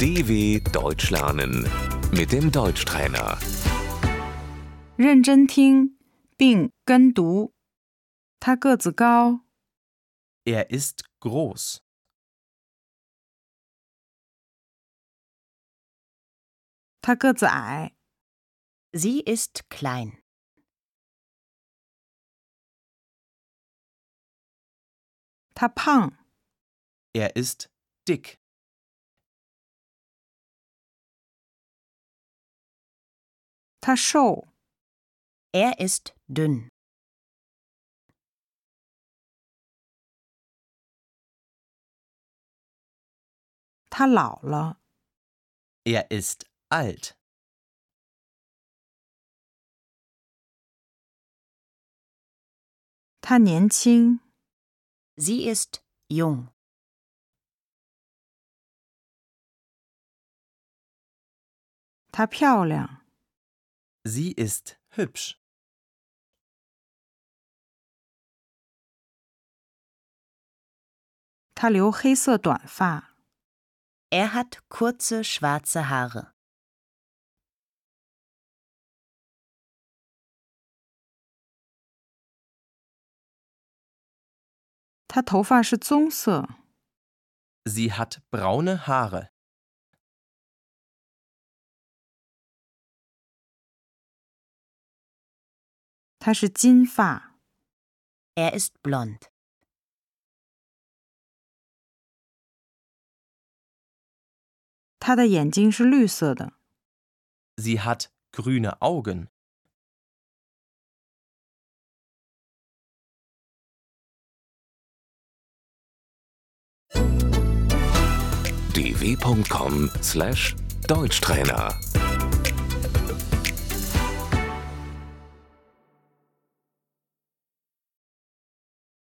DW Deutsch lernen mit dem Deutschtrainer. 认真听并跟读。他个子高， Er ist groß. 他个子矮， Sie ist klein. 他胖， Er ist dick. 他瘦， Er ist dünn. 他老了， Er ist alt. 他年轻， Sie ist jung. 他漂亮， Sie ist hübsch. 他留黑色短发， Er hat kurze schwarze Haare. 他头发是棕色， Sie hat braune Haare. 他是金发， Er ist blond. 他的眼睛是绿色的， Sie hat grüne Augen. dw.com/deutschtrainer